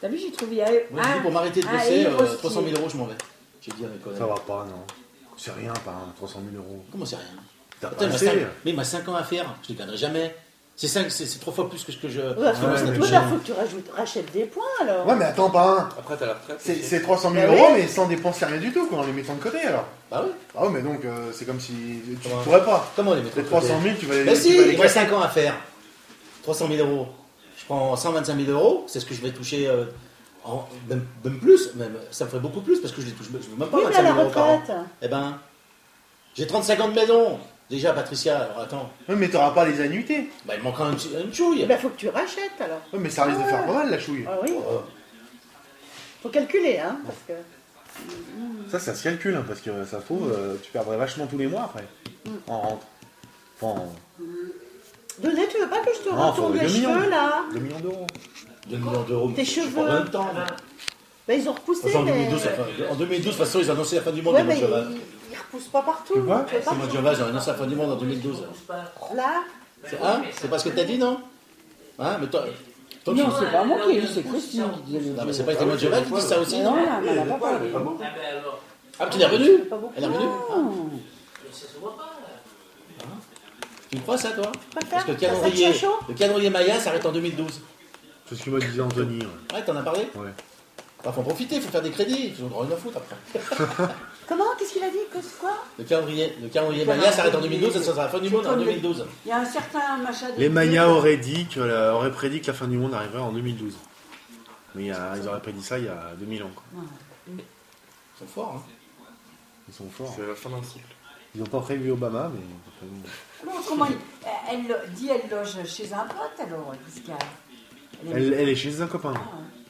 T'as vu, j'ai trouvé. un- Moi, je dis, un- pour m'arrêter de un bosser, livre euh, stylé. 300 000 euros, je m'en vais. J'ai dit à mes collègues. Ça va pas, non. C'est rien, par 300 000 euros. Comment c'est rien T'as pas Putain, il m'a assez. cinq- Mais il m'a 5 ans à faire, je les gagnerai jamais. C'est cinq- c'est c'est trois fois plus que ce que je. Ouais, ce que moi, ouais, je mais n'ai toi, pas. là, faut que tu rajoutes, rachètes des points alors. Ouais, mais attends, pas un. Après, t'as la retraite. C'est c'est- c'est 300 000 Bah oui. euros, mais sans dépenser rien du tout, quoi, en les mettant de côté alors. Bah oui, Ah ouais, mais donc, euh, c'est comme si. Tu Ouais. pourrais pas. comment les mettre Les de côté 300 000, tu vas les. Mais tu vas si, les il me reste 5 ans à faire. 300 000 euros. Je prends 125 000 euros, c'est ce que je vais toucher, euh, en- même, même plus, même, ça me ferait beaucoup plus parce que je ne touche je veux même pas Oui, mais à 25 la 000 euros par an. retraite. Eh ben, j'ai 35 ans de maison. Déjà, Patricia, alors attends, Ouais, mais t'auras pas les annuités. bah, il manquera une, une chouille. Eh ben, faut que tu rachètes alors. Ouais, mais ça risque de faire pas mal la chouille. Ah oui, Oh, faut calculer, hein, parce que. Ça, ça se calcule, hein, parce que euh, ça se trouve, euh, tu perdrais vachement tous les mois après. En rente. Enfin, Donner, tu veux pas que je te Non, faut retourne deux les millions. cheveux là 2 millions d'euros. 2 millions d'euros. Tes je sais pas, cheveux. En même temps. Ben, ils ont De toute repoussé, façon, en mais. 2012, ça fait- en 2012, de toute façon, ils annonçaient la fin du monde. Ouais, Simon mais Jovaz. ils, ils repoussent pas partout. Tu vois on peut pas Simon Jovaz, ils ont annoncé la fin du monde en 2012. Là, C'est hein C'est pas ce que t'as dit, non Hein Mais toi. toi, tu- Non, c'est pas moi qui ai dit, c'est Christine qui disait le Non, mais truc. c'est pas Simone Jovaz qui dit ça aussi, non Non, non, elle en a pas parlé. Ah, tu l'es revenue Elle est revenue Ah. Hein Tu me crois ça, toi pas Parce faire. que le Ça, ça te calendrier, fait chaud le calendrier Maya s'arrête en 2012. C'est ce que m'a disait Anthony. ouais. Ouais, t'en as parlé Ouais. Bah, faut en profiter, faut faire des crédits, ils ont droit à une foutre après. Comment Qu'est-ce qu'il a dit Qu'est-ce quoi Le calendrier, le calendrier Maya s'arrête en 2012, ça sera la fin du monde en 2012. Il y a un certain machin. de- Les Mayas auraient, dit que la- auraient prédit que la fin du monde arriverait en 2012. Mais il y a- ils auraient prédit ça il y a 2000 ans. quoi. Ils sont forts, hein. Ils sont forts. C'est la fin d'un cycle. Ils n'ont pas prévu Obama, mais. Non, comment il- elle, elle dit elle loge chez un pote alors, Giscard. Elle est- Elle, elle est chez un copain. Ah, ouais.